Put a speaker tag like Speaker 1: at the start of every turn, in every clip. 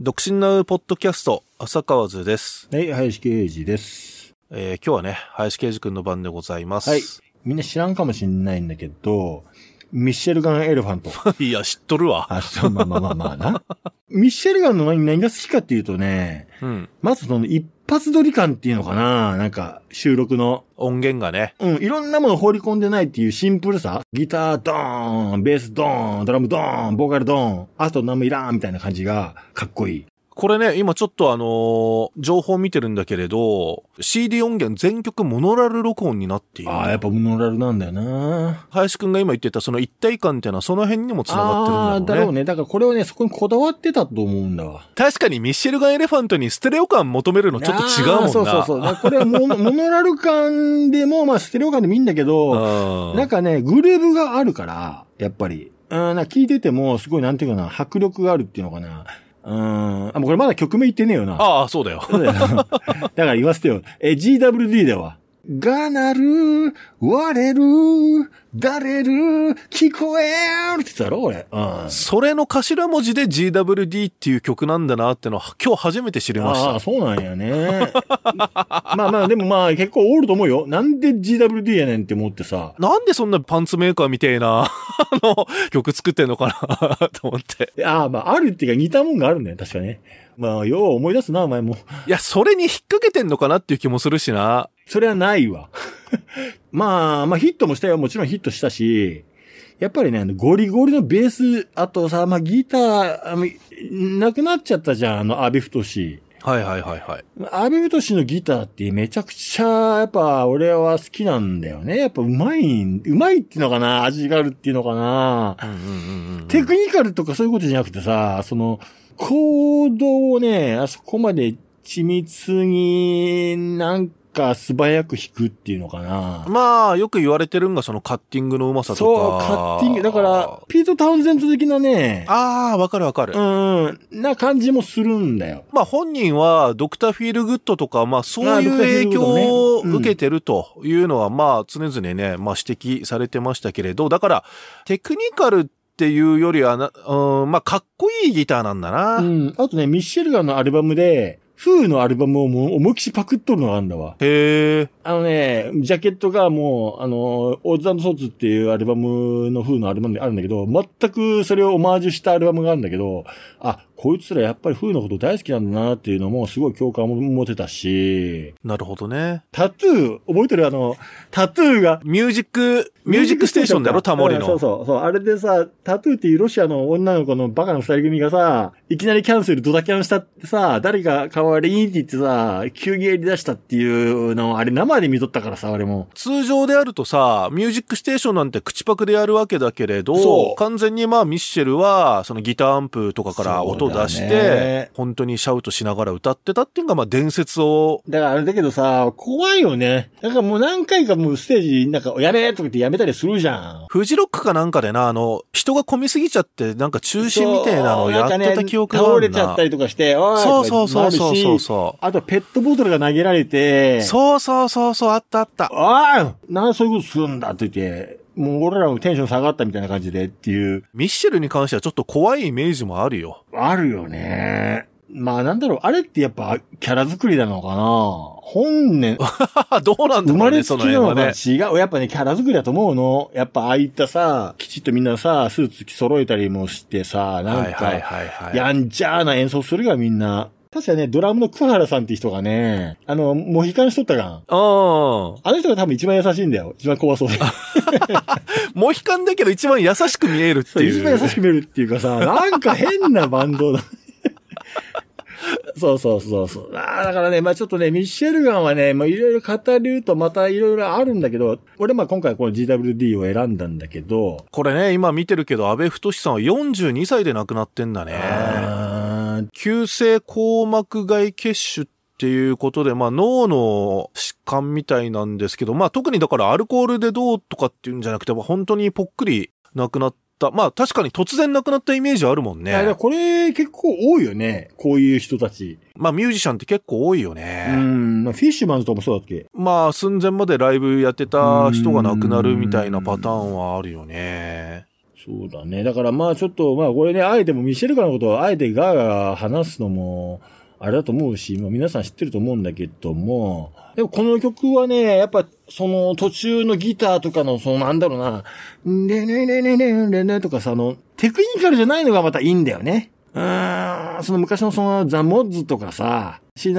Speaker 1: 独身なうポッドキャスト、浅川図です。
Speaker 2: はい、林圭司です。
Speaker 1: えー今日はね、林圭司くんの番でございます。
Speaker 2: はい。みんな知らんかもしんないんだけど、ミッシェルガン・エレフ ァント。
Speaker 1: い。や、知っとるわ。
Speaker 2: あ、そう、まあまあまあまあな。ミッシェルガンの何が好きかっていうとね、
Speaker 1: うん。
Speaker 2: まずその一発撮り感っていうのかななんか、収録の。
Speaker 1: 音源がね。
Speaker 2: うん、いろんなもの放り込んでないっていうシンプルさギタードーン、ベースドーン、ドラムドーン、ボーカルドーン、あと何もいらんみたいな感じがかっこいい。
Speaker 1: これね、今ちょっとあのー情報見てるんだけれど、CD 音源全曲モノラル録音になっている。
Speaker 2: ああ、やっぱモノラルなんだよな
Speaker 1: 林くんが今言ってたその一体感っていうのはその辺にも繋がってるんだ
Speaker 2: あー
Speaker 1: ろうね。
Speaker 2: ね。だからこれをね、そこにこだわってたと思うんだわ。
Speaker 1: 確かにミッシェルガン・エレファントにステレオ感求めるのちょっと違うもん
Speaker 2: あ
Speaker 1: な。
Speaker 2: ーそうそうそう。だからこれはモモノラル感でも、まあステレオ感でもいいんだけど、
Speaker 1: うん。
Speaker 2: なんかね、グルーブがあるから、やっぱり。うん、なんか聞いてても、すごいなんていうかな、迫力があるっていうのかな。うん、あ、もうこれまだ曲名言ってねえよな。
Speaker 1: ああ、そう だよ。
Speaker 2: そうだよなだから言わせてよ。え、GWD だわ。がなる、割れる、だれる、聞こえるって言ってたろ、俺。うん。
Speaker 1: それの頭文字で GWD っていう曲なんだなってのは今日初めて知りまし
Speaker 2: ああ、
Speaker 1: た。
Speaker 2: そうなんやね。まあまあ、でもまあ結構おると思うよ。なんで GWD やねんって思ってさ。
Speaker 1: なんでそんなパンツメーカーみたいな、 あの、曲作ってんのかな と思って。
Speaker 2: ああ、まああるっていうか似たもんがあるんだよ、確かね。まあ、よう思い出すな、お前も。
Speaker 1: いや、それに引っ掛けてんのかなっていう気もするしな。
Speaker 2: それはないわ。 まあ、まあヒットもしたよ。もちろんヒットしたし。やっぱりね、あのゴリゴリのベース、あとさ、まあギター、あのなくなっちゃったじゃん、あの、アビフトシ。
Speaker 1: はいはいはいはい。
Speaker 2: アビフトシのギターってめちゃくちゃ、やっぱ俺は好きなんだよね。やっぱうまい、うまいっていうのかな味があるっていうのかな
Speaker 1: うんうんうんうん。
Speaker 2: テクニカルとかそういうことじゃなくてさ、その、行動をね、あそこまで緻密になんか素早く弾くっていうのかな。
Speaker 1: まあ、よく言われてるんがそのカッティングのうまさとか。
Speaker 2: そう、カッティング。だから、ピート・タウンゼント的なね、
Speaker 1: ああ、わかるわかる。
Speaker 2: うん、な感じもするんだよ。
Speaker 1: まあ本人はドクターフィールグッドとか、まあそういう
Speaker 2: あドクターフィ
Speaker 1: 影
Speaker 2: ールグッドね
Speaker 1: 響を
Speaker 2: うん
Speaker 1: 受けてるというのは、まあ常々ね、まあ指摘されてましたけれど、だからテクニカルっていうよりはな、うん、まあかっこいいギターなんだな。
Speaker 2: うん。あとね、ミッシェルガンのアルバムで、フーのアルバムをもう思いっきしパクっとるのがあるんだわ。
Speaker 1: へえ、
Speaker 2: あのね、ジャケットがもう、あの、オーズソーツっていうアルバムの風のアルバムであるんだけど、全くそれをオマージュしたアルバムがあるんだけど、あ、こいつらやっぱり風のこと大好きなんだなっていうのもすごい共感を持てたし、
Speaker 1: なるほどね。
Speaker 2: タトゥー、覚えてるあの、タトゥーが、
Speaker 1: ミュージック、ミュージックステーションだろ、タモリ
Speaker 2: うんそう
Speaker 1: の。
Speaker 2: そうそう。あれでさ、タトゥーっていうロシアの女の子のバカな二人組がさ、いきなりキャンセルドタキャンしたってさ、誰が代わりにって言ってさ、急にやり出したっていうのを、あれ生で見とったからさ、俺も。
Speaker 1: 通常であるとさ、ミュージックステーションなんて口パクでやるわけだけれ
Speaker 2: そ
Speaker 1: ど、
Speaker 2: う
Speaker 1: 完全にまあミッシェルは、そのギターアンプとかから音を出し
Speaker 2: そうだ
Speaker 1: て
Speaker 2: ね、
Speaker 1: 本当にシャウトしながら歌ってたっていうのがまあ伝説を
Speaker 2: だからあれだけどさ、怖いよね。だからもう何回かもうステージ、なんか、やれとか言ってやめたりするじゃん。
Speaker 1: フジロックかなんかでな、あの、人が混みすぎちゃって、なんか中止みたいなのをやってた記憶があ
Speaker 2: そう
Speaker 1: る
Speaker 2: なんかね倒
Speaker 1: な。
Speaker 2: れちゃったりとかして、おい
Speaker 1: そうそうそうそうそう
Speaker 2: う。
Speaker 1: そ
Speaker 2: あと、ペットボトルが投げられて、
Speaker 1: う。そうそうそうそう、あったあった。
Speaker 2: ああなんでそういうことするんだって言って、もう俺らもテンション下がったみたいな感じでっていう、
Speaker 1: ミッシェルに関してはちょっと怖いイメージもあるよ。
Speaker 2: あるよね。まあなんだろう、あれってやっぱキャラ作りなのかな本 音、
Speaker 1: どうなんだ
Speaker 2: 生
Speaker 1: ろ
Speaker 2: ま
Speaker 1: うね、
Speaker 2: れ
Speaker 1: そ
Speaker 2: つ
Speaker 1: の
Speaker 2: きな
Speaker 1: 辺は
Speaker 2: のか
Speaker 1: ね。
Speaker 2: 違う。やっぱね、キャラ作りだと思うの。やっぱああいったさ、きちっとみんなさ、スーツ着揃えたりもしてさ、な
Speaker 1: は
Speaker 2: ん
Speaker 1: いはい
Speaker 2: か、
Speaker 1: はいはい。
Speaker 2: やんちゃーな演奏するがみんな。確かね、ドラムの桑原さんって人がね、あの、モヒカンしとったがん。
Speaker 1: うん。
Speaker 2: あの人が多分一番優しいんだよ。一番怖そうで。
Speaker 1: モヒカンだけど一番優しく見えるって
Speaker 2: そう、
Speaker 1: いう。
Speaker 2: 一番優しく見えるっていうかさ、なんか変なバンドだ。 そうそうそうそう。ああ、だからね、まあちょっとね、ミッシェルガンはね、まあいろいろ語るとまたいろいろあるんだけど、俺まあ今回この GWD を選んだんだけど、
Speaker 1: これね、今見てるけど、安倍太さんは42歳で亡くなってんだね。
Speaker 2: あー
Speaker 1: 急性硬膜外血腫っていうことで、まあ脳の疾患みたいなんですけど、まあ特にだからアルコールでどうとかっていうんじゃなくて、まあ本当にぽっくりなくなった。まあ確かに突然なくなったイメージあるもん
Speaker 2: いや、でも
Speaker 1: ね。
Speaker 2: これ結構多いよね。こういう人たち。
Speaker 1: まあミュージシャンって結構多いよ
Speaker 2: う
Speaker 1: ね。
Speaker 2: ん。まあフィッシュマンズとかもそうだっけ
Speaker 1: まあ寸前までライブやってた人が亡くなるみたいなパターンはあるよね。
Speaker 2: そうだね。だからまあちょっと、まあこれね、あえてもミシェルガのことをあえてガーガー話すのも、あれだと思うし、まあ皆さん知ってると思うんだけども、でもこの曲はね、やっぱその途中のギターとかの、そのなんだろうな、ねねねねねねねとかさ、あの、テクニカルじゃないのがまたいいんだよね。うーん、その昔のそのザ・モッズとかさ、シ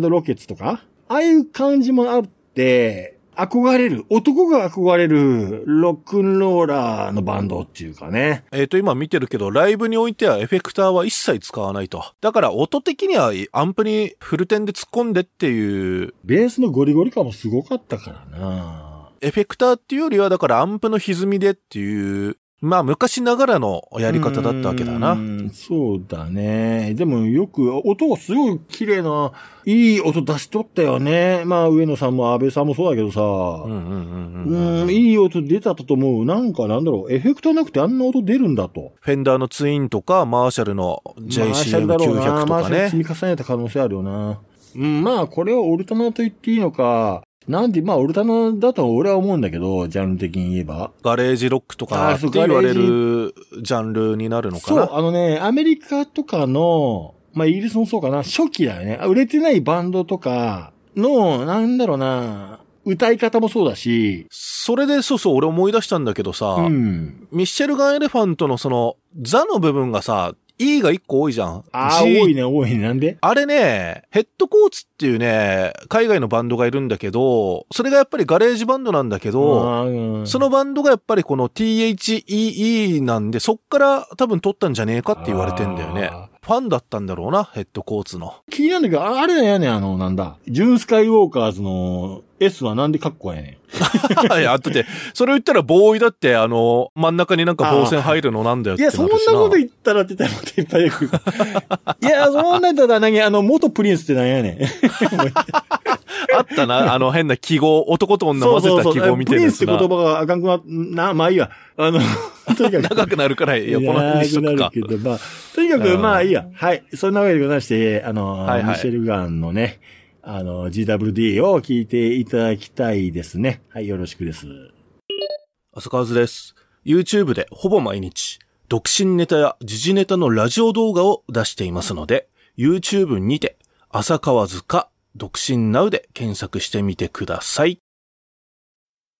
Speaker 2: ナロケッツとか、ああいう感じもあって、憧れる、男が憧れるロックンローラーのバンドっていうかね。
Speaker 1: えっ、と、今見てるけど、ライブにおいてはエフェクターは一切使わないと。だから、音的にはアンプにフルテンで突っ込んでっていう、
Speaker 2: ベースのゴリゴリ感もすごかったからな
Speaker 1: エフェクターっていうよりは、だからアンプの歪みでっていう、まあ、昔ながらのやり方だったわけだ
Speaker 2: う
Speaker 1: な。
Speaker 2: ーんそうだね。でもよく、音がすごい綺麗な、いい音出しとったよね。まあ、上野さんも安倍さんもそうだけどさ。
Speaker 1: うんうんうんう
Speaker 2: う
Speaker 1: んうん
Speaker 2: ん、いい音出たと思う。なんかなんだろう、エフェクターなくてあんな音出るんだと。
Speaker 1: フェンダーのツインとか、マーシャルの
Speaker 2: マーシャルだろうな
Speaker 1: JCM900 と
Speaker 2: マー
Speaker 1: か
Speaker 2: シャル
Speaker 1: ね
Speaker 2: 積。み重ねた可能性あるよな。うん、まあ、これをオルタナと言っていいのか。なんで、まあ、オルタナだと俺は思うんだけど、ジャンル的に言えば。
Speaker 1: ガレージロックとかっ
Speaker 2: あー
Speaker 1: て
Speaker 2: そう
Speaker 1: 言われ
Speaker 2: ガレ
Speaker 1: るジャンルになるのか
Speaker 2: そう、
Speaker 1: な。
Speaker 2: あのね、アメリカとかの、まあ、イギリスもそうかな、初期だよね。あ売れてないバンドとかの、なんだろうな、歌い方もそうだし、
Speaker 1: それで、そうそう、俺思い出したんだけどさ、
Speaker 2: うん。
Speaker 1: ミッシェルガン・エレファントのその、ザの部分がさ、E が1個多いじゃん。
Speaker 2: ああ、多
Speaker 1: G
Speaker 2: いね、多いね、なんで
Speaker 1: あれね、ヘッドコーツっていうね、海外のバンドがいるんだけど、それがやっぱりガレージバンドなんだけど、
Speaker 2: あーうん
Speaker 1: そのバンドがやっぱりこの THEE なんで、そっから多分取ったんじゃねえかって言われてんだよね。
Speaker 2: あ
Speaker 1: ファンだったんだろうな、ヘッドコーツの。
Speaker 2: ー気になるんだけど、ああれだよね、あの、なんだ。ジュン・スカイウォーカーズの S はなんでカッコやねん。
Speaker 1: いや、だって、それを言ったらボーイだって、あの、真ん中になんか防線入るのなんだよっ
Speaker 2: い
Speaker 1: て
Speaker 2: や、そん
Speaker 1: る
Speaker 2: な
Speaker 1: し
Speaker 2: こと言ったらって言ったらまたいっぱい出てくる。い や、そんなこと言ったら何あの、元プリンスってなんやねん。
Speaker 1: あった な、あの変な記号、男と女
Speaker 2: そ
Speaker 1: 混
Speaker 2: う
Speaker 1: ぜ
Speaker 2: そう
Speaker 1: た
Speaker 2: そう
Speaker 1: 記号みた
Speaker 2: プ
Speaker 1: い
Speaker 2: リ
Speaker 1: な
Speaker 2: ン
Speaker 1: や
Speaker 2: ス
Speaker 1: つ
Speaker 2: って言
Speaker 1: な。
Speaker 2: 葉があかんくなっな、まあいいわ。あの、 とにかく。
Speaker 1: 長くなるから、いや、この辺にしとく
Speaker 2: 長
Speaker 1: か
Speaker 2: く。なるけど、まあ、とにか
Speaker 1: う
Speaker 2: く、
Speaker 1: ん
Speaker 2: まあいいや。はい。そんなわけでございまして、あの、
Speaker 1: はいはい
Speaker 2: ミシェルガンのね、あの、GWD を聞いていただきたいですね。はい、よろしくです。
Speaker 1: 浅川津です。YouTube でほぼ毎日、独身ネタや時事ネタのラジオ動画を出していますので、YouTube にて、浅川津か、独身 Now で検索してみてください。